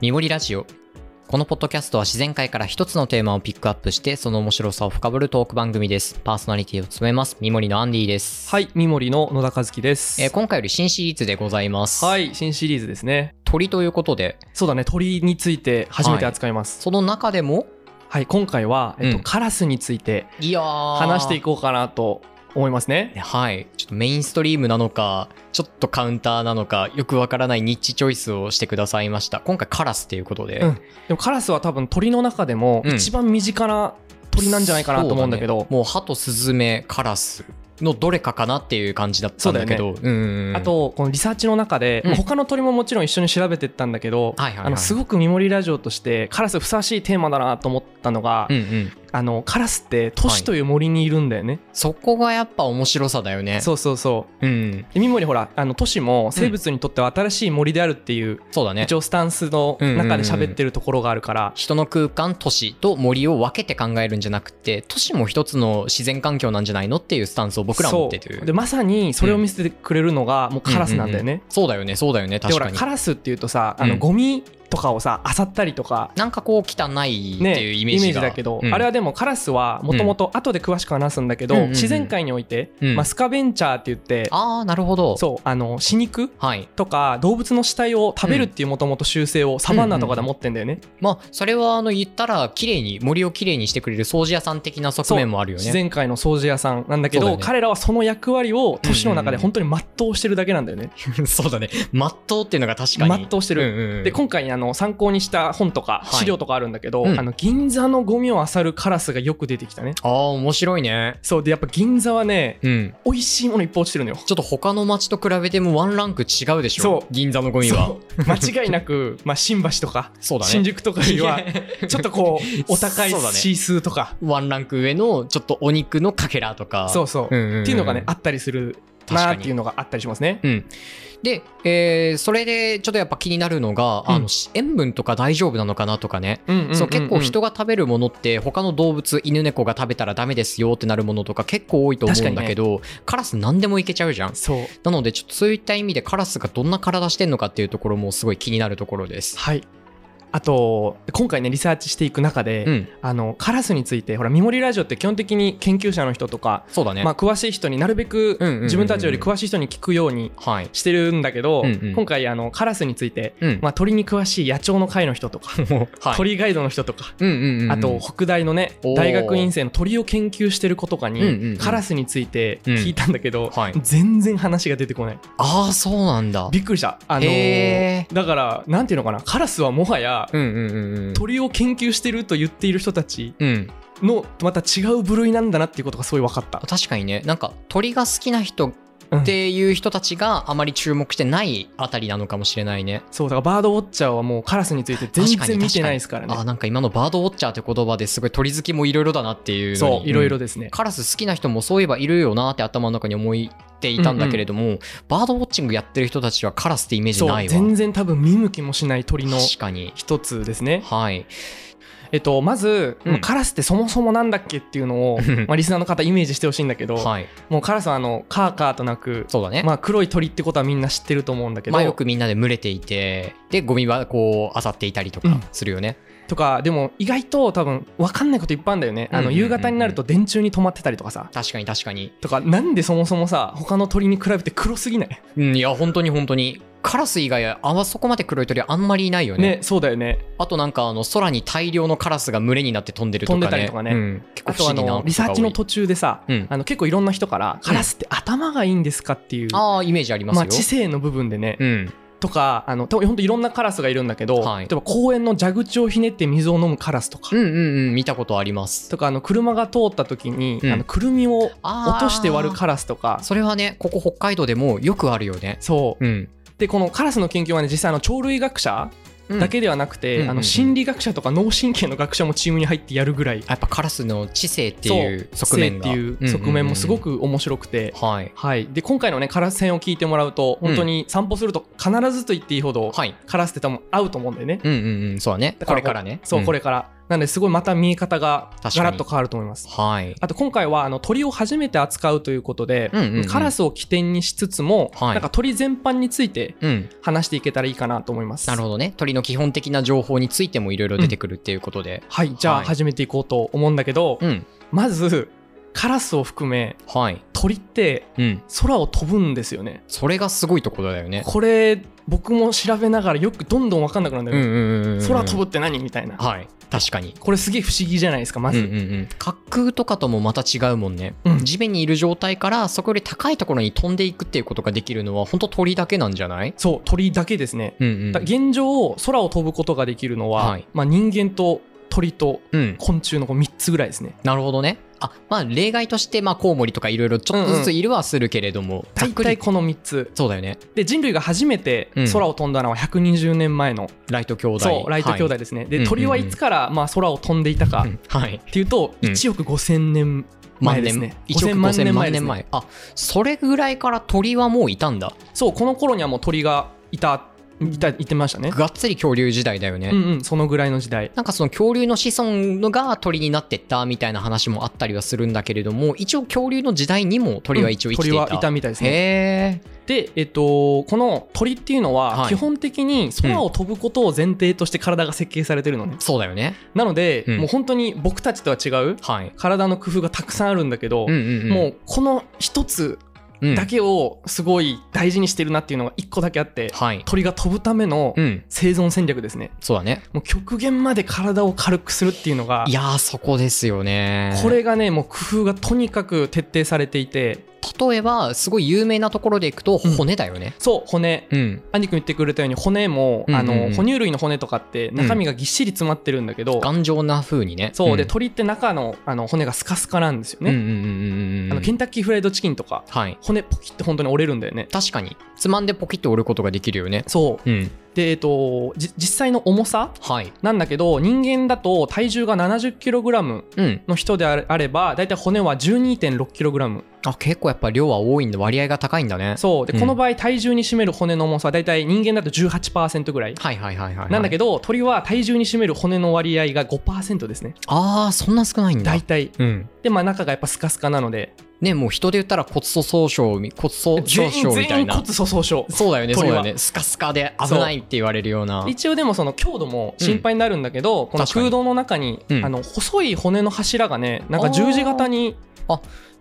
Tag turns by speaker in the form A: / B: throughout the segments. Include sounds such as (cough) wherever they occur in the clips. A: みもりラジオ。このポッドキャストは自然界から一つのテーマをピックアップして、その面白さを深掘るトーク番組です。パーソナリティを務めます、みもりのアンディです。
B: はい、三森の野田和樹です。
A: えー今回より新シリーズでございます。
B: はい、新シリーズですね。
A: 鳥ということで、
B: そうだね、鳥について初めて扱います。
A: その中でも、
B: はい、今回は、えっと
A: うん
B: カラスについて
A: いやー
B: 話していこうかなと思いますね。
A: はい。ちょっとメインストリームなのか、ちょっとカウンターなのか、よくわからないニッチチョイスをしてくださいました。今回カラスっていうことで。
B: うんでもカラスは多分鳥の中でも
A: うん
B: 一番身近な鳥なんじゃないかなと思うんだけ
A: そ
B: ど
A: ね、もうハトスズメカラスのどれかかなっていう感じだったんだけどうんうんうん
B: あとこのリサーチの中で、
A: うん
B: 他の鳥ももちろん一緒に調べてったんだけど、
A: はいはいはい
B: あのすごく三森ラジオとしてカラスふさわしいテーマだなと思ったのが、
A: うんうん
B: あのカラスって都市という森にいるんだよね。
A: そこがやっぱ面白さだよね
B: そうそうそう
A: うん
B: で三森ほらあの都市も生物にとっては新しい森であるっていう、
A: そうだね
B: 一応スタンスの中で喋ってるところがあるから、
A: 人の空間都市と森を分けて考えるんじゃなくて都市も一つの自然環境なんじゃないのっていうスタンスを僕らは持って
B: そ
A: る
B: うでまさにそれを見せてくれるのがもうカラスなんだよね、
A: うううそうだよねそうだよね
B: で
A: 確
B: ほ
A: からに
B: カラスっていうとさあの、
A: うん
B: ゴミとかをさ漁ったりとか
A: なんかこう汚いっていうイメージが、
B: だけど、
A: うん
B: あれはでもカラスはもともと後で詳しく話すんだけど、
A: うんうんうん
B: 自然界において、
A: うん
B: まあ、スカベンチャーって言って、
A: あーなるほど
B: そうあの死肉
A: はい
B: とか動物の死体を食べるっていうもともと習性をサバンナとかで持ってんだよね、
A: まあそれはあの言ったら綺麗に森を綺麗にしてくれる掃除屋さん的な側面もあるよね
B: 自然界の掃除屋さんなんだけ
A: そう
B: ど
A: だよね
B: 彼らはその役割を都市の中で本当に全うしてるだけなんだよね。
A: (laughs) そうだね。まっとうっていうのが確かに。
B: 全うしてる
A: うんうんうん
B: で今回あの参考にした本とか
A: はい
B: 資料とかあるんだけど、
A: うん
B: あの銀座のゴミを漁るカラスがよく出てきたね。
A: ああ、面白いね。
B: そうでやっぱ銀座はね
A: うん。
B: 美味しいものいっぱい落ちてるのよ。
A: ちょっと他の町と比べてもワンランク違うでしょ。
B: そう
A: 銀座のゴミは。
B: そう間違いなく、まあ、新橋とか、
A: そうだね。
B: 新宿とかよりはちょっとこうお高い
A: そうだね
B: シースーとか
A: ワンランク上のちょっとお肉のかけらとか。
B: そうそう、
A: うんんん
B: っていうのがねあったりするなーっていうのがあったりしますね。
A: うん、で、えーそれでちょっとやっぱ気になるのが、あ
B: う
A: の
B: ん
A: し塩分とか大丈夫なのかなとかね、
B: うんうんうんうん
A: そう結構人が食べるものって他の動物犬猫が食べたらダメですよってなるものとか結構多いと思うんだけど、カラス何でもいけちゃうじゃん
B: そう
A: なのでちょっとそういった意味でカラスがどんな体してんのかっていうところもすごい気になるところです。
B: はい。あと今回ねリサーチしていく中で、
A: うん、
B: あのカラスについてほら「ミモリラジオ」って基本的に研究者の人とか、
A: そうだね。
B: まあ、詳しい人になるべく
A: うんうんうんうん
B: 自分たちより詳しい人に聞くように
A: はい。
B: してるんだけど、
A: うんうん
B: 今回あのカラスについて、
A: うん。
B: まあ、鳥に詳しい野鳥の会の人とか、
A: はい。
B: 鳥ガイドの人とか、
A: うんうんうん。
B: あと、北大のね
A: おー
B: 大学院生の鳥を研究してる子とかに、
A: うんうんうん
B: カラスについて聞いたんだけど、
A: はい
B: 全然話が出てこない
A: ああ、そうなんだ。
B: びっくりした。あのー
A: へ
B: だからなんていうのかなカラスはもはや
A: うんうんうんうん。
B: 鳥を研究してると言っている人たち
A: うん、
B: のまた違う部類なんだなっていうことがすごい分かった。
A: 確かにねなんか鳥が好きな人
B: うん
A: っていう人たちがあまり注目してないあたりなのかもしれないね。
B: そうだからバードウォッチャーはもうカラスについて全然見てないですから
A: あー
B: ね。
A: なんか今のバードウォッチャーって言葉ですごい鳥好きもいろいろだなっていうのに
B: そういろいろですね。
A: カラス好きな人もそういえばいるよなって頭の中に思っていたんだけれども、バードウォッチングやってる人たちはカラスってイメージ
B: そ
A: な
B: う
A: いわ
B: 全然多分見向きもしない鳥の
A: 確かに
B: 一つですね。
A: はい
B: えっとまず、
A: うん
B: まあカラスってそもそもなんだっけっていうのをまあリスナーの方イメージしてほしいんだけど、
A: はい
B: もうカラスはあのカーカーと鳴く。
A: そうだね、ま
B: まあ黒い鳥ってことはみんな知ってると思うんだけど、
A: あ、よくみんなで群れていてでゴミはこう漁っていたりと
B: うん
A: かするよね、
B: とかでも意外と多分分かんないこといっぱいあるんだよ
A: うんう
B: ね、
A: んうん
B: あ
A: う
B: の
A: ん
B: 夕方になると電柱に止まってたりとかさ
A: 確かに確かに
B: とかなんでそもそもさ他の鳥に比べて黒すぎない
A: うんいや本当に本当にカラス以外あそこまで黒い鳥はあんまりいないよね
B: ねそうだよね
A: あとなんかあの空に大量のカラスが群れになって飛んでるとかね
B: 飛んでたりとかね
A: うん結構
B: あ
A: 不
B: とあ
A: 思議な
B: のリサーチの途中でさ、
A: うん
B: あの結構いろんな人から「カラスって頭がいいんですか?」っていう、
A: ああーイメージあります
B: ま
A: よ、
B: あ、知性の部分でね、
A: うん
B: とかあの多分本当いろんなカラスがいるんだけど、
A: はい
B: 例えば公園の蛇口をひねって水を飲むカラスとか、
A: うんうんうん見たことあります
B: とかあの車が通った時に、
A: うん
B: あのくるみを
A: あ
B: 落
A: ー
B: として割るカラスとか
A: それはねここ北海道でもよくあるよね
B: そう
A: うん
B: でこのカラスの研究はね実際あの鳥類学者だ
A: だけ
B: けではなく
A: うん
B: て、
A: うんうん
B: あの心理学者とか脳神経の学者もチームに入ってやるぐらい
A: やっぱカラスの知性っていう
B: そう
A: 側面が
B: 性っていう側面もすご、く面白くて、
A: うんうんうんはい
B: はい、で今回のねカラス戦を聞いてもらうと
A: うん
B: 本当に散歩すると必ずと言っていいほど、
A: はい
B: カラスって多分合うと思うんだよね
A: うんうんうんそうだね
B: だ
A: こ
B: ら
A: れからね
B: そう、こ
A: れ
B: れからなのですごいまた見え方が
A: 確かに
B: ガラッと変わると思います
A: はい。
B: あと今回はあの鳥を初めて扱うということで、
A: うんうんうん
B: カラスを起点にしつつも、
A: はい
B: なんか鳥全般について
A: うん。
B: 話していけたらいいかなと思います
A: なるほどね。鳥の基本的な情報についてもいろいろ出てくるっていうことで。
B: はいじゃ
A: は
B: あ
A: い
B: 始めていこうと思うんだけど、
A: うん。
B: まずカラスを含め
A: はい。
B: 鳥って
A: うん。
B: 空を飛ぶんですよね
A: それがすごいところだよね。
B: これ僕も調べながらよくどんどん分かんなくなるんだ
A: うん
B: よ
A: う
B: ね、
A: んうんうん。
B: 空飛ぶって何みたいな、
A: はい。確かに。
B: これすげえ不思議じゃないですかま
A: うん
B: ず、
A: うんうん、滑空とかともまた違うもんね、
B: うん
A: 地面にいる状態からそこより高いところに飛んでいくっていうことができるのは本当鳥だけなんじゃない、
B: そう鳥だけですね、
A: うんうん、
B: だ現状空を飛ぶことができるのは、
A: はい
B: まあ、人間と鳥と
A: うん、
B: 昆虫のこう3つぐらいですね
A: なるほどねあまあ例外としてまあコウモリとかいろいろちょっとずついるはするけれども、ざっ
B: 大
A: くり
B: 体この3つ
A: そうだよね
B: で人類が初めて空を飛んだのは120年前の、
A: ライト兄弟
B: そうライト兄弟ですね、
A: うんうんう
B: で
A: ん
B: 鳥はいつからまあ空を飛んでいたか
A: はい、うんはい
B: っていうと
A: うん
B: 1億5000年前ですね、
A: 1億
B: 5000
A: 5000万年
B: ですね
A: 前あそれぐらいから鳥はもういたんだ
B: そうこの頃にはもう鳥がいたいたいてましたね
A: がっつり恐竜時代だよね、
B: うんうんそのぐらいの時代
A: なんかその恐竜の子孫のが鳥になってったみたいな話もあったりはするんだけれども一応恐竜の時代にも鳥は一応生きていた、
B: うん鳥はいたみたいですね
A: へえ
B: で、えっと、この鳥っていうの
A: は
B: はい基本的に空を飛ぶことを前提として体が設計されてるのね、
A: そうだよね
B: なので、
A: うん
B: もう本当に僕たちとは違う
A: はい、
B: 体の工夫がたくさんあるんだけど、
A: うんうんうん、
B: もうこの一つ
A: うん
B: だけをすごい大事にしてるなっていうのが一個だけあって、
A: はい
B: 鳥が飛ぶための
A: うん
B: 生存戦略ですね
A: そうだね
B: もう極限まで体を軽くするっていうのが
A: いやーそこですよね
B: これがねもう工夫がとにかく徹底されていて
A: 例えばすごい有名なところでいくと
B: うん
A: 骨だよね
B: そう骨
A: うん、
B: アンディ君言ってくれたように骨も、
A: うんうんうん
B: あの哺乳類の骨とかって中身がぎっしり詰まってるんだけど、
A: 頑丈な風にね
B: そうで
A: ん
B: 鳥って中のあの骨がスカスカなんですよ
A: うんう
B: ね、
A: んうんうんうん
B: あのケンタッキーフライドチキンとか
A: はい
B: 骨ポキって本当に折れるんだよね
A: 確かにつまんでポキッと折ることができるよね
B: そう
A: うん
B: でえっとじ実際の重さ
A: はい
B: なんだけど人間だと体重が 70kg
A: うん
B: の人であれあれば大体骨は 12.6kg
A: あ結構やっぱ量は多いんで割合が高いんだね
B: そう
A: うん
B: でこの場合体重に占める骨の重さは大体人間だと18%ぐらい
A: はいはいはいはいはい
B: なんだけど鳥は体重に占める骨の割合が5%ですね
A: ああそんな少ないんだ
B: 大体
A: うん
B: でまあ中がやっぱスカスカなので
A: ねもう人で言ったら骨粗鬆症み骨粗鬆
B: 全員
A: 症みた
B: 全
A: い
B: 員
A: な
B: 骨粗鬆症
A: そうだよねそう
B: 鳥
A: だ
B: は
A: よねスカスカで危ないって言われるような
B: 一応でもその強度も心配になるんだけど、この
A: 確かに
B: 空洞の中に、
A: うん
B: あの細い骨の柱がねなんか十字型に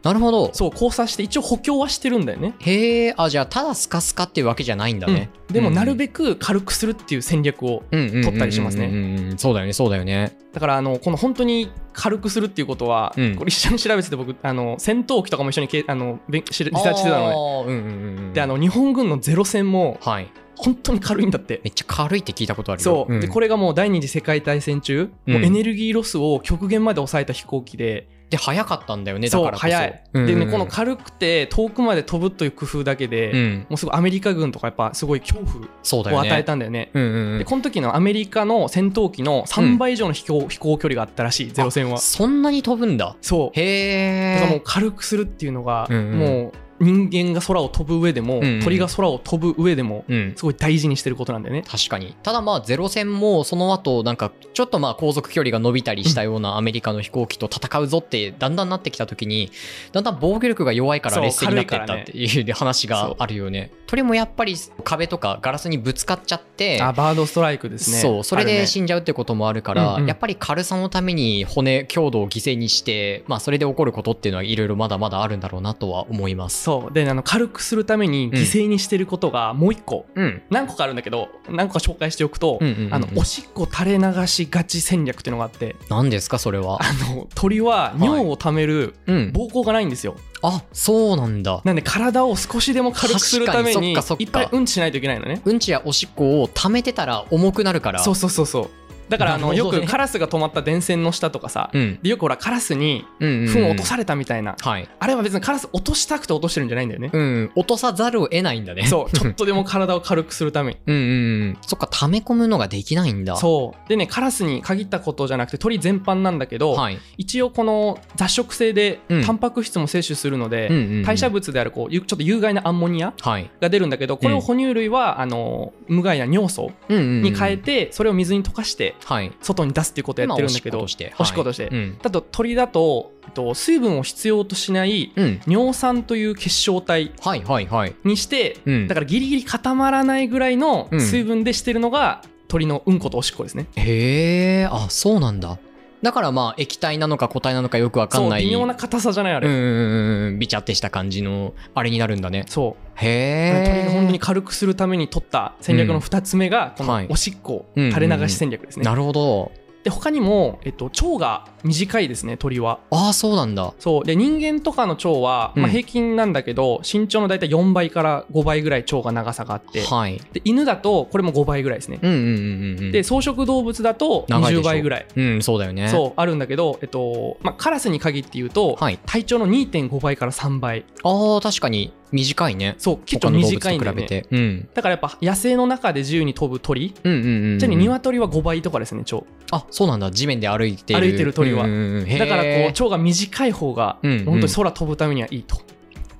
A: なるほど
B: そう交差して一応補強はしてるんだよね
A: へえあじゃあただスカスカっていうわけじゃないんだね、
B: うんでもなる
A: く
B: べく軽くするっていう戦略を
A: 取
B: 取ったりしますね
A: そうだよねそうだよね
B: だからあのこの本当に軽くするっていうことは、
A: うん
B: これ一緒に調べてて僕あの戦闘機とかも一緒にけあのべしリサーチしてたの
A: あ
B: ね
A: ーうんうんうんうん
B: であの日本軍のゼロ戦も
A: はい
B: 本当に軽いんだって
A: めっちゃ軽いって聞いたことあるよ
B: そう、でこ
A: れ
B: れがもう第二次世界大戦中、
A: うん
B: もうエネルギーロスを極限まで抑えた飛行機で、
A: で早かったんだよねだ
B: そ
A: か
B: う
A: らこそ
B: 早い、
A: うんうん
B: でねこの軽くて遠くまで飛ぶという工夫だけで、
A: うん
B: もうすごいアメリカ軍とかやっぱすごい恐
A: そうだ
B: 怖を
A: よね
B: 与えたんだよね
A: うんうんうん
B: でこの時のアメリカの戦闘機の3倍以上の飛行,、飛行距離があったらしいゼロ戦は
A: そんなに飛ぶんだ
B: そう
A: へえ
B: だからもう軽くするっていうのが、
A: うんうん
B: もう人間が空を飛ぶ上で
A: う
B: も、
A: んうん
B: 鳥が空を飛ぶ上でも、
A: うん、
B: すごい大事にしてることなんだよね
A: 確かにただまあゼロ戦もその後なんかちょっとまあ航続距離が伸びたりしたようなアメリカの飛行機と戦うぞってだんだんなってきた時にだんだん防御力が弱いから
B: そう
A: 劣勢になっていったっていう話があるよね鳥もやっぱり壁とかガラスにぶつかっちゃって
B: あバードストライクですね
A: そうそれ
B: ある
A: で
B: ね
A: 死んじゃうってこともあるから
B: うんうん
A: やっぱり軽さのために骨強度を犠牲にしてまあそれで起こることっていうのはいろいろまだまだあるんだろうなとは思います
B: そうであの軽くするために犠牲にしてることがもう一個、
A: うん
B: 何個かあるんだけど何個か紹介しておくと、
A: うんうんうんうん
B: あのおしっこ垂れ流しがち戦略っていうのがあって
A: 何ですかそれは
B: あの鳥は尿を溜める
A: うん
B: 膀胱がないんですよ、
A: あそうなんだ
B: なんで体を少しでも軽くするためにい
A: 確かにそっ
B: っ
A: か
B: ぱ
A: そっ
B: い
A: か
B: うんちしないといけないのね
A: うんちやおしっこを溜めてたら重くなるから
B: そうそうそうそうだからあの、
A: なるほ
B: よ
A: どね
B: くカラスが止まった電線の下とかさ、
A: うん
B: でよくほらカラスに
A: うんうんうん
B: 糞を落とされたみたいな、
A: はい、
B: あれは別にカラス落としたくて落としてるんじゃないんだよね、
A: うん、落とさざるを得ないんだね
B: そうちょっとでも体を軽くするために
A: うんうんうんそっか溜め込むのができないんだ
B: そうでねカラスに限ったことじゃなくて鳥全般なんだけど、
A: はい、
B: 一応この雑食性で
A: うん
B: タンパク質も摂取するので、
A: うんうんうん
B: 代謝物であるこうゆちょっと有害なアンモニア
A: はい
B: が出るんだけどこれ
A: うん
B: を哺乳類は、あの無害な尿素
A: うんうんうん
B: に変えてそれを水に溶かして、て
A: はい。
B: 外に出すっていうことをやってるんだけど
A: まあおしっことして。
B: おしっことして
A: はいうん。
B: だと鳥だと、えっと、水分を必要としない
A: うん。
B: 尿酸という結晶体
A: はいはいはい。
B: にして、
A: うん
B: だからギリギリ固まらないぐらいの
A: うん
B: 水分でしてるのが鳥のうんことおしっこですね。
A: へえ、あ、そうなんだ。だからまあ、液体なのか固体なのかよくわかん
B: そう
A: ない。
B: 微妙な硬さじゃないあ
A: う
B: れ。
A: んうんうんうん、びちゃってした感じの、あれになるんだね。
B: そう鳥
A: へえ。
B: が本当に軽くするために取った戦略の2つ目がこ
A: は
B: の
A: い
B: おしっこ
A: うんうん
B: 垂れ流し戦略ですね。
A: なるほど。
B: で他にも、えっと、腸が短いですね鳥は。
A: ああ、そうなんだ。
B: そうで人間とかの腸は、ま
A: う
B: あ、
A: ん
B: 平均なんだけど、身長の大体4倍から5倍ぐらい腸が長さがあって
A: はい。
B: で犬だとこれも5倍ぐらいですね、
A: うんうんうんうんうん。
B: で草食動物だと
A: 長いでし
B: 20
A: ょ
B: 倍ぐらい
A: うん、そうだよね。
B: そうあるんだけど、えっとまあ、カラスに限って言うと、
A: はい。
B: 体長の2.5倍から3倍
A: ああ、確かに短いね。
B: そう結
A: 他
B: 構
A: の動物
B: 短いん
A: と
B: だよ
A: 比べ
B: ね
A: て。うん。
B: だからやっぱ野生の中で自由に飛ぶ鳥
A: うんうんうん。
B: ちなみに鶏は5倍とかですね腸
A: あ、そうなんだ。地面で歩いている。
B: 歩いてる鳥は
A: うんうんうんへー
B: だからこう腸が短い方が
A: うんうん
B: 本当に空飛ぶためにはいいと、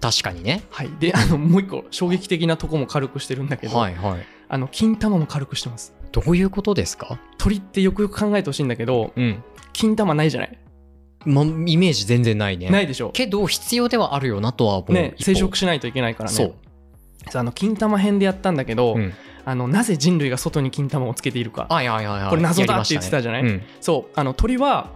A: 確かにね。
B: はい、であのもう一個衝撃的なとこも軽くしてるんだけど、
A: はいはい。
B: あの金玉も軽くしてます
A: どういうことですか
B: 鳥ってよくよく考えてほしいんだけど
A: うん。
B: 金玉ないじゃない
A: ま、イメージ全然ないね。
B: ないでしょ
A: けど、必要ではあるよなとは思う。
B: ね
A: 一方
B: 生殖しないといけないからね
A: そう。
B: そうあの金玉編でやったんだけど、
A: うん
B: あのなぜ人類が外に金玉をつけているか
A: はいはいはいはい。
B: これ謎
A: やり
B: だっ
A: まして
B: 言ってたじゃない、
A: ね
B: そうあの鳥は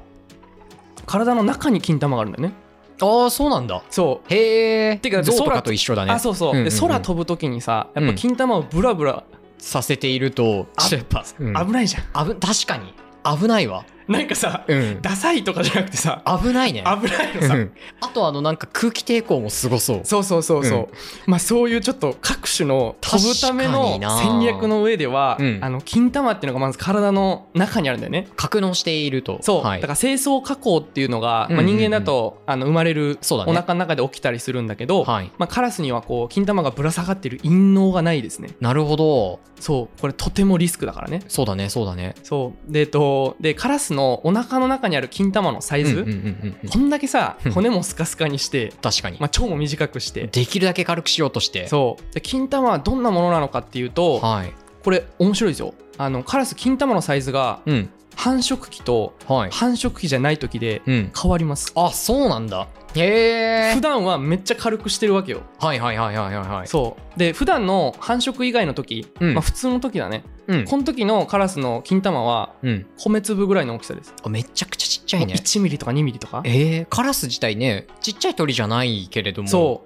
B: 体の中に金玉があるんだよね
A: うん。ああ、そうなんだ。
B: そう
A: へえ。
B: てか
A: 象と
B: 空
A: か
B: と
A: と一緒だね
B: あ。そうそう,、
A: うんうんう
B: で
A: ん
B: 空飛ぶ時にさやっ
A: う
B: ぱ
A: ん
B: 金玉をブラブラ、
A: させていると、
B: あ
A: ちょっとやっぱ、うん
B: 危ないじゃん (laughs)
A: あぶ確かに危ないわ、
B: なんかさ、
A: うん、
B: ダサいとかじゃなくてさ
A: 危ないね
B: 危ないのさ、
A: うんあとあのなんか空気抵抗もすごそう
B: そうそうそうそう、
A: うん
B: まあそういうちょっと各種の飛ぶため
A: 確か
B: の
A: にな
B: 戦略の上では、
A: うん
B: あの金玉っていうのがまず体の中にあるんだよね
A: 格納していると
B: そう、
A: はい
B: だから清掃加工っていうのが、
A: うん
B: ま
A: う
B: あ、
A: んうん
B: 人間だと、あの生まれる
A: そう
B: お
A: だね
B: 腹の中で起きたりするんだけど、
A: はい
B: まあ、カラスにはこう金玉がぶら下がってる陰嚢がないですね
A: なるほど
B: そうこれとてもリスクだからね
A: そうだねそうだね
B: そうでえっとでカラスのお腹の中にある金玉のサイズ、
A: うんうんうんうんうん
B: こんだけさ
A: うん
B: 骨もスカスカにして、
A: 確かに、
B: まあ、腸も短くして
A: できるだけ軽くしようとして
B: そうで金玉はどんなものなのかっていうと
A: はい
B: これ面白いですよあのカラス金玉のサイズが
A: うん
B: 繁殖期と
A: はい
B: 繁殖期じゃない時で
A: うん
B: 変わります
A: あそうなんだへえ
B: 普段はめっちゃ軽くしてるわけよ
A: はいはいはいはいはいはい
B: そうで普段の繁殖以外の時、
A: うん
B: まあ、普通の時だね、
A: うん
B: この時のカラスの金玉は
A: うん
B: 米粒ぐらいの大きさです、
A: あめちゃくちゃちっちゃ
B: も
A: いうね
B: 1ミリとか2ミリとか
A: えー、カラス自体ねちっちゃい鳥じゃないけれども
B: そ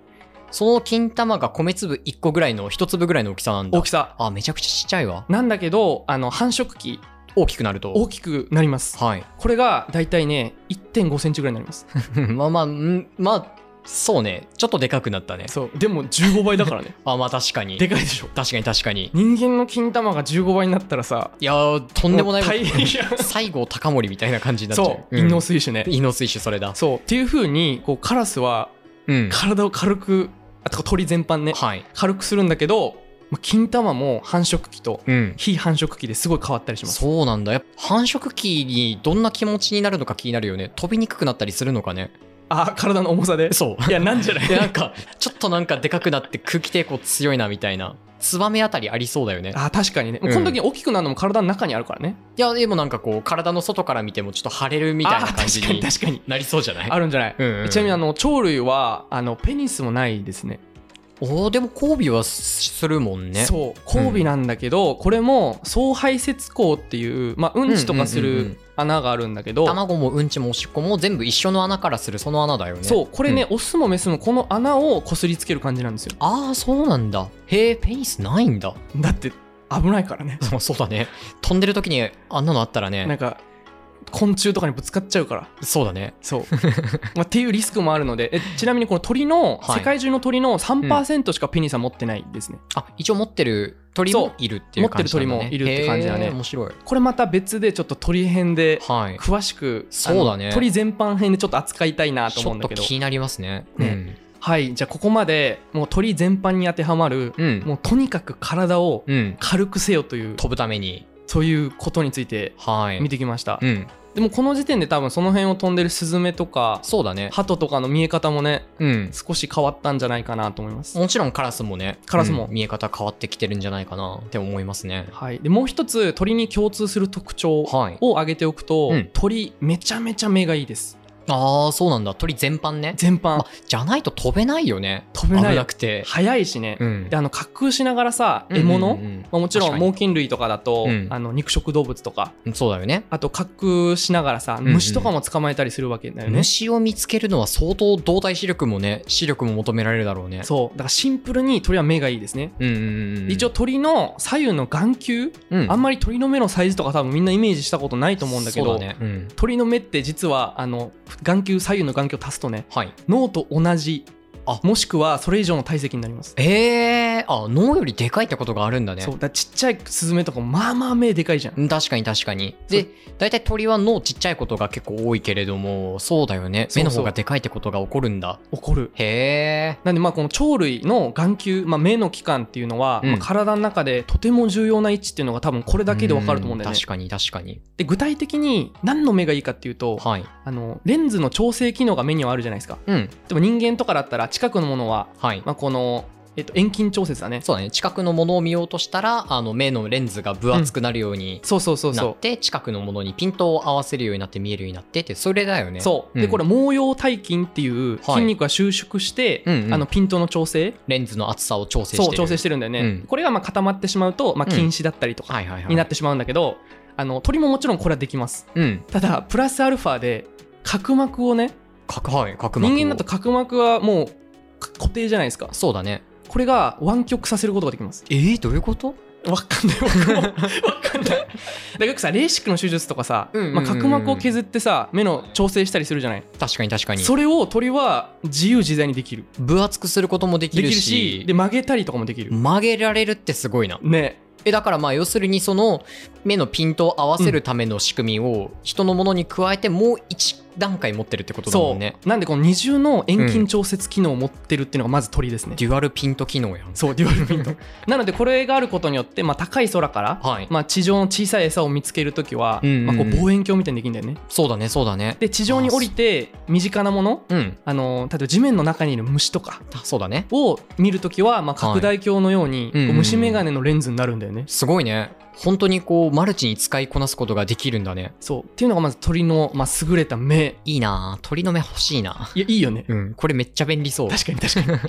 A: その金玉が米粒1個ぐらいの1粒ぐらいの大きさなん
B: う
A: だ
B: 大きさ
A: あめちゃくちゃちっちゃいわ
B: なんだけどあの繁殖期
A: 大きくなると
B: 大きくなります
A: はい (laughs)
B: これがだいたいね1 5センチぐらいになります
A: まあまあんまあそうねちょっとでかくなったね
B: そうでも15倍だから
A: (laughs)
B: ね
A: あまあ確かに
B: でかいでしょ
A: 確かに確かに
B: 人間の金玉が15倍になったらさ
A: いやーとんでもない
B: 大
A: (laughs)
B: 変や
A: 西郷隆盛みたいな感じになっちゃう
B: そう陰嚢水種ね、
A: 水イノ水種それだ
B: そうっていう風にこうカラスは
A: うん
B: 体を軽くあとか鳥全般ね
A: はい
B: 軽くするんだけどまあ金玉も繁殖期と
A: うん
B: 非繁殖期ですごい変わったりします
A: そうなんだやっぱ繁殖期にどんな気持ちになるのか気になるよね飛びにくくなったりするのかね
B: あ体の重さで
A: そう
B: いやなんじゃない
A: でなんかちょっとなんかでかくなって空気抵抗強いなみたいなツバメあたりありそうだよね
B: あ確かにねもう
A: うん
B: この時に大きくなるのも体の中にあるからね、
A: いやでもなんかこう体の外から見てもちょっと腫れるみたいな感じ
B: あー確
A: に
B: かに確かに
A: なりそうじゃない
B: あるんじゃない、
A: うんうん
B: ちなみにあの鳥類はあのペニスもないですね
A: おーでも交尾はするもんね
B: そう交尾なんだけど、これも総排泄口っていう、まあ、うんちとかす
A: うんうんうんう
B: る
A: ん
B: 穴があるんだけど、
A: 卵もうんちもおしっこも全部一緒の穴からするその穴だよね
B: そうこれね、オスもメスもこの穴をこすりつける感じなんですよ
A: ああそうなんだへえペニスないん
B: (laughs)
A: だ
B: だって危ないからね
A: そうそうだね (laughs) 飛んでる時にあんなのあったら
B: なん
A: ね
B: か昆虫とかにぶつかっちゃうから
A: そうだね (laughs)
B: そう、まあ、っていうリスクもあるのでえちなみにこの鳥の、
A: はい
B: 世界中の鳥の3%しかペニスは持ってないですね
A: あ一応持ってる鳥もいるっていう感じなんだ、ね、
B: 持ってる鳥もいるって感じだね
A: へー面白い
B: これまた別でちょっと鳥編で
A: はい
B: 詳しく、
A: そうだね
B: あの鳥全般編でちょっと扱いたいなと
A: ち
B: 思
A: ょ
B: うん
A: っと
B: だけど
A: 気になりますね
B: ねはいじゃあここまでもう鳥全般に当てはまる、
A: うんうん
B: もうとにかく体を
A: うん
B: 軽くせよという
A: 飛ぶために
B: そういうことについて
A: はい
B: 見てきました、
A: うん
B: でもこの時点で多分その辺を飛んでるスズメとか
A: そうだね。
B: 鳩とかの見え方もね
A: うん。
B: 少し変わったんじゃないかなと思います、
A: もちろんカラスもね、
B: カラス
A: う
B: も
A: ん見え方変わってきてるんじゃないかなって思いますね。
B: はい、でもう一つ鳥に共通する特徴
A: はい。
B: を挙げておくと、
A: うん
B: 鳥めちゃめちゃ目がいいです
A: ああ、そうなんだ。鳥全般ね。
B: 全般、
A: まじゃないと飛べないよね。
B: 飛べない
A: 危なくて。
B: 早いしね、
A: うん
B: であの滑空しながらさ獲
A: うん
B: 物、
A: うんうん
B: まあ、もちろん
A: 確かに
B: 猛禽類とかだと、
A: うん
B: あの肉食動物とか
A: うんそうだよね。
B: あと滑空しながらさ
A: んうん
B: 虫とかも捕まえたりするわけだよね、
A: 虫を見つけるのは相当動体視力もね、視力も求められるだろうね。
B: そうだからシンプルに鳥は目がいいですね、
A: うんうんうん。
B: 一応、鳥の左右の眼球、
A: うん、
B: あ
A: ま
B: んまり鳥の目のサイズとか多分みんなイメージしたことないと思うんだけど
A: ね。うん。
B: 鳥の目って実はあの眼球左右の眼球を足すとね
A: はい。
B: 脳と同じ
A: あ
B: もしくはそれ以上の体積になります、
A: ええー、あ、脳よりでかいってことがあるんだね
B: そう。だからちっちゃいスズメとかもまあまあ目でかいじゃん、
A: うん確かに確かに。で
B: そ、
A: 大体鳥は脳ちっちゃいことが結構多いけれども、そうだよね。
B: そうそう
A: 目の方がでかいってことが起こるんだ。
B: 怒る
A: へえ。
B: なんでまあこの鳥類の眼球、まあ、目の器官っていうのは、
A: うん
B: まあ体の中でとても重要な位置っていうのが多分これだけでわかると思うんだよね
A: 確かに確かに。
B: で具体的に何の目がいいかっていうと
A: はい。
B: あのレンズの調整機能が目にはあるじゃないですか
A: うん。
B: でも人間とかだったら近くのものは、
A: はい。
B: まあ、この、えっと、遠近調節だね
A: そうだね。近くのものを見ようとしたら、あの目のレンズが分厚くなるように
B: そうそうそう
A: な
B: そ
A: って、近くのものにピントを合わせるようになって見えるようになってって、それだよね。
B: うそう、
A: う
B: で
A: ん
B: これ毛様体筋ってい
A: は
B: う
A: い
B: 筋肉が収縮して、
A: うんうん
B: あのピントの調整
A: レンズの厚さを調整してる。
B: そう調整してるんだよね、
A: うん
B: これがまあ固まってしまうと、まあ、
A: うん
B: 禁止だったりとか
A: はいはいはい。
B: になってしまうんだけど、あの鳥ももちろんこれはできます
A: うん。
B: ただプラスアルファで角膜をね
A: 角はい、角膜を
B: 人間だと角膜はもうか固定じゃないですか
A: そうだね。
B: これが湾曲させることができます
A: えー、どういうこと
B: わかんない僕もわかんないだからよくさレーシックの手術とかさ、
A: うんうんうん
B: まあ、角膜を削ってさ目の調整したりするじゃない
A: 確かに確かに。
B: それを鳥は自由自在にできる
A: 分厚くすることもでき
B: でき
A: るし
B: るしで曲げたりとかもできる、
A: 曲げられるってすごいな
B: ね
A: えだからまあ要するにその目のピントを合わせるための仕組みを人のものに加えてもう一段階持ってるってことだも
B: そうん
A: ね
B: なんでこの二重の遠近調節機能を持ってるっていうのがまず鳥ですね、
A: デュアルピント機能やん
B: そうデュアルピントなのでこれがあることによって、まあ、高い空から、
A: はい、
B: まあ、地上の小さい餌を見つけるときは、
A: うんうん
B: まあ、こう望遠鏡みたいにできるんだよね
A: そうだねそうだね
B: で地上に降りて身近なもの
A: うん
B: あの例えば地面の中にいる虫とか
A: あそうだね
B: を見るときは、まあ、
A: はい
B: 拡大鏡のように、こ
A: うんうんう
B: うん虫眼鏡のレンズになるんだよね。
A: すごいね本当にこうマルチに使いこなすことができるんだね
B: そうっていうのがまず鳥の、まあ、優れた目
A: いいなあ鳥の目欲しいない
B: やいいよね。
A: うんこれめっちゃ便利そう
B: 確かに確
A: (laughs)
B: かに。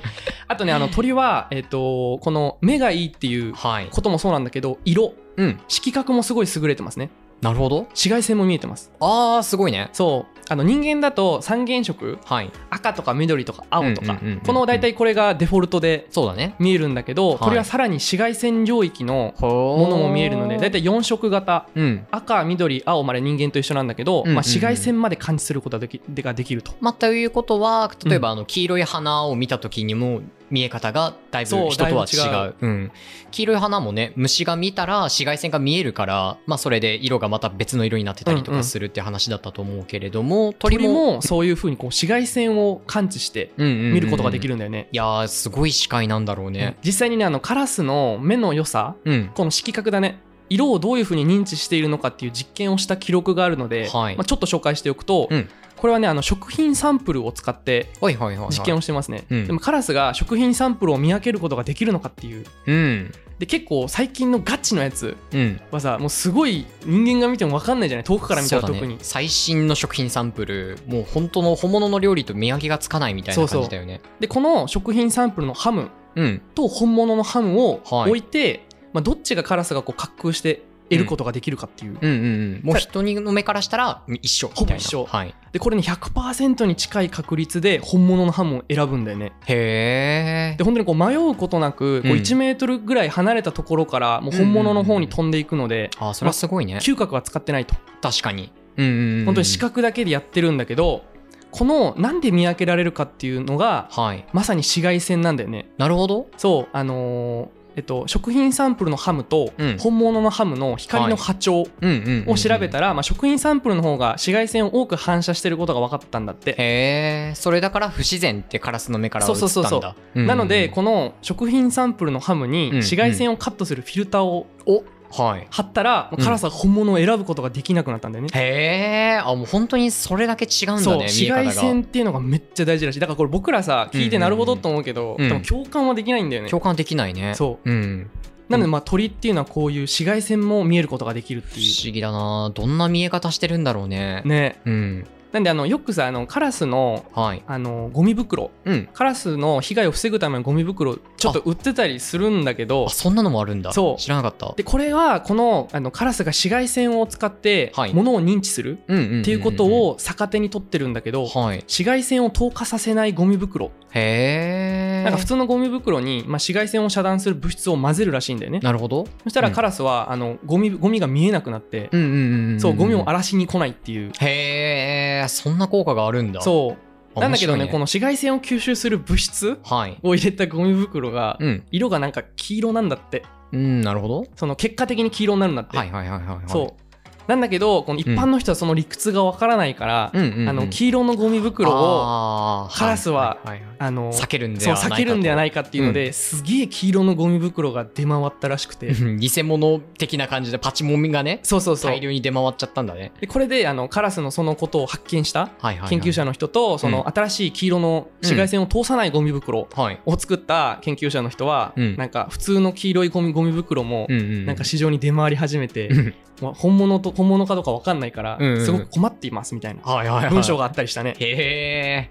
B: あとねあの鳥は、えっとこの目がいいっていう
A: はい
B: こともそうなんだけど色
A: うん
B: 色覚もすごい優れてますね。
A: なるほど
B: 紫外線も見えてます。
A: あーすごいね
B: そうあの人間だと三原色
A: はい
B: 赤とか緑とか青とか
A: うんうんうんうん
B: この大体これがデフォルトで
A: そうだね
B: 見えるんだけど
A: い
B: 鳥はさらに紫外線領域の
A: も
B: ものも見えるので大体4色型
A: うん
B: 赤緑青まで人間と一緒なんだけ
A: うん
B: ど、
A: うんうん
B: まあ、紫外線まで感知することができでができると。
A: まあ、ということは例えばあの黄色い花を見た時にも見え方がだいぶ
B: そう
A: 人とは違
B: だいう
A: う、ん、黄色い花もね虫が見たら紫外線が見えるから、まあ、それで色がまた別の色になってたりと
B: うんう
A: か
B: ん
A: するって話だったと思うけれども、鳥
B: 鳥
A: も
B: もそういうふうにこう紫外線を感知して見
A: 見
B: ることができ
A: る
B: るんだよね。
A: いやーすごい視界なんだろうね
B: 実際にねあのカラスの目の良さ
A: うん、
B: この色覚だね色をどういうふうに認知しているのかっていう実験をした記録があるので、
A: はい
B: まあ、ちょっと紹介しておくと、
A: うん
B: これはねあの食品サンプルを使って
A: はいはいはい、はい、
B: 実験をしてますね、
A: うん
B: でもカラスが食品サンプルを見分けることができるのかっていう
A: うん
B: で結構最近のガチのやつ
A: うん
B: はさもうすごい人間が見ても分かんないじゃない遠くから見たら
A: そうだね
B: 特に
A: 最新の食品サンプルもう本当の本物の料理と見分けがつかないみたいな感じだよね
B: でこの食品サンプルのハム
A: うん
B: と本物のハムを
A: はい
B: 置いて、まあ、どっちがカラスがこう滑空して得ることができるかっていう、
A: うんうんうんもう人の目からしたら一緒みたいな
B: ほぼ一緒
A: はい
B: でこれね100%に近い確率で本物のハムを選ぶんだよね
A: へえ
B: で。本当にこう迷うことなくこう
A: うん
B: 1メートルぐらい離れたところからもう本物の方に飛んでいくので、
A: あーそれはすごいね。
B: 嗅覚は使ってないと
A: 確かに。うんうんうん。
B: 本当に視
A: か。
B: 覚だけでやってるんだけどこのなんで見分けられるかっていうのが
A: はい。
B: まさに紫外線なんだよね
A: なるほど。
B: そうあのーえっと、食品サンプルのハムと
A: うん
B: 本物のハムの光の波長、
A: うんうんうんうん
B: を調べたら、まあ、食品サンプルの方が紫外線を多く反射してることが分かったんだって、
A: へえ。それだから不自然ってカラスの目から映ったんだ。
B: そうそうそうそう
A: うんうん
B: なのでこの食品サンプルのハムに
A: うん
B: 紫外線をカットするフィルターを
A: おはい。
B: 貼ったらもう辛さ本物を選ぶことができなくなったんだよね、
A: へえ、あ、もう本当にそれだけ違うんだ
B: そう
A: ね、見え
B: 紫
A: 方
B: 外
A: が。
B: 線っていうのがめっちゃ大事らしいだからこれ僕らさ聞いてなるほどと思うけど、
A: うんうん
B: でも共感はできないんだよね
A: 共感できないね。。
B: そう
A: うん。
B: なのでまあ鳥っていうのはこういう紫外線も見えることができるって
A: 不
B: い
A: 思議だなどんな見え方してるんだろうね。
B: うね
A: うん。
B: なんであのよくさあのカラスの
A: はい。
B: あのゴミ袋
A: うん。
B: カラスの被害を防ぐためのゴミ袋ちょっと売ってたりするんだけど
A: あ、そんなのもあるんだ。
B: そう
A: 知らなかった。
B: でこれはこのあのカラスが紫外線を使って
A: はい
B: ものを認知する
A: うんうんうんうん
B: っていうこと、を逆手に取ってるんだけど
A: はい。
B: 紫外線を透過させないゴミ袋
A: へえ。
B: なんか普通のゴミ袋に、まあ、紫外線を遮断する物質を混ぜるらしいんだよね
A: なるほど。
B: そしたらカラスはあのゴミゴミが見えなくなって
A: うんうんうんうんん。
B: そうゴミを荒らしに来ないっていう
A: へえ、そんな効果があるんだ。。
B: そううなんだけどね
A: 面白
B: この紫外線を吸収する物質
A: いはい。
B: を入れたゴミ袋が
A: うん。
B: 色がなんか黄色なんだって
A: うん、なるほど。
B: その結果的に黄色になるんだって、
A: はいはいはいはいはい。
B: そうなんだけどこの一般の人はその理屈がわからないから、
A: うんうんうん。
B: あの黄色のゴミ袋をあ
A: を
B: カラスはの
A: 避けるんで
B: そう
A: はないかと
B: 避けるんではないかっていうので、すげえ黄色のゴミ袋が出回ったらしくて
A: うん (laughs) 偽物的な感じでパチモミがね
B: そうそうそう
A: 大量に出回っちゃったんだね
B: でこれであのカラスのそのことを発見した
A: はいはいはい
B: 研究者の人とその新しい黄色の紫外線を通さないゴミ袋
A: はい
B: を作った研究者の人は、
A: うん
B: なんか普通の黄色いゴミゴミ袋も
A: うんうん
B: なんか市場に出回り始めて、
A: うん
B: まあ本物と本物かどうか分かんないから、
A: うんうん
B: すごく困っていますみたいな
A: はいはいはい
B: 文章があったりしたね。
A: へえ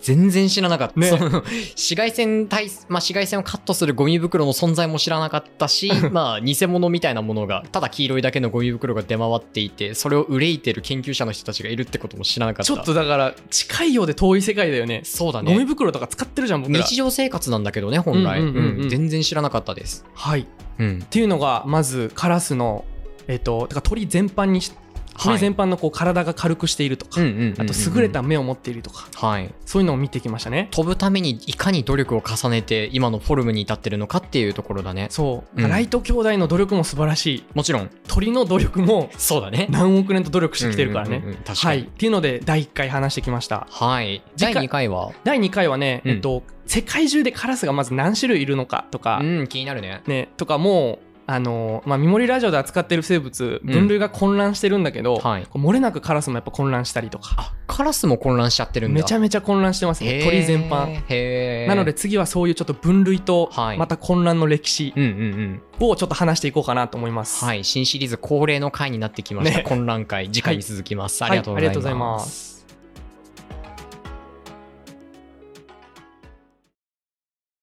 A: 全然知らなかった、
B: ね
A: その紫外線対、まあ、紫外線をカットするゴミ袋の存在も知らなかった
B: (laughs)
A: しまあ偽物みたいなものがただ黄色いだけのゴミ袋が出回っていてそれを憂いてる研究者の人たちがいるってことも知らなかった
B: ちょっとだから近いようで遠い世界だよね。
A: そうだ
B: ゴミ
A: ね
B: 袋とか使ってるじゃん僕ら。
A: 日常生活なんだけどね本来、
B: うんうんうんうん
A: うん全然知らなかったです
B: はい、っ
A: うん
B: ていうのがまずカラスの、えっとだから鳥全般にし鳥全般のこう体が軽くしているとか、あと優れた目を持っているとか
A: はい、
B: そういうのを見てきましたね。
A: 飛ぶためにいかに努力を重ねて今のフォルムに至ってるのかっていうところだね
B: そう、
A: うん
B: ライト兄弟の努力も素晴らしい
A: もちろん
B: 鳥の努
A: (laughs)
B: 力も
A: そうだね
B: 何億年と努力してきてるからね。
A: うんうんうんうん確
B: は
A: か
B: い、っ
A: に
B: ていうので第1回話してきました。
A: はい、
B: 次回
A: 第2回は
B: 第2回はね、
A: うん
B: えっと、世界中でカラスがまず何種類いるのかとか、
A: うん気になるね
B: ね、とかもうあの、まあ、ミモリラジオで扱ってる生物
A: ん
B: 分類が混乱してるんだけど、
A: はい
B: こう漏れなくカラスもやっぱ混乱したりとか
A: あカラスも混乱しちゃってるんだ
B: めちゃめちゃ混乱してます
A: へー
B: ね鳥全般。
A: へえ
B: なので次はそういうちょっと分類と
A: はい
B: また混乱の歴史
A: うんうんうん
B: をちょっと話していこうかなと思います。
A: はい新シリーズ恒例の回になってきました、
B: ね
A: 混乱回次回に続きます、
B: はい
A: ありがとうございます、
B: ありがとうございます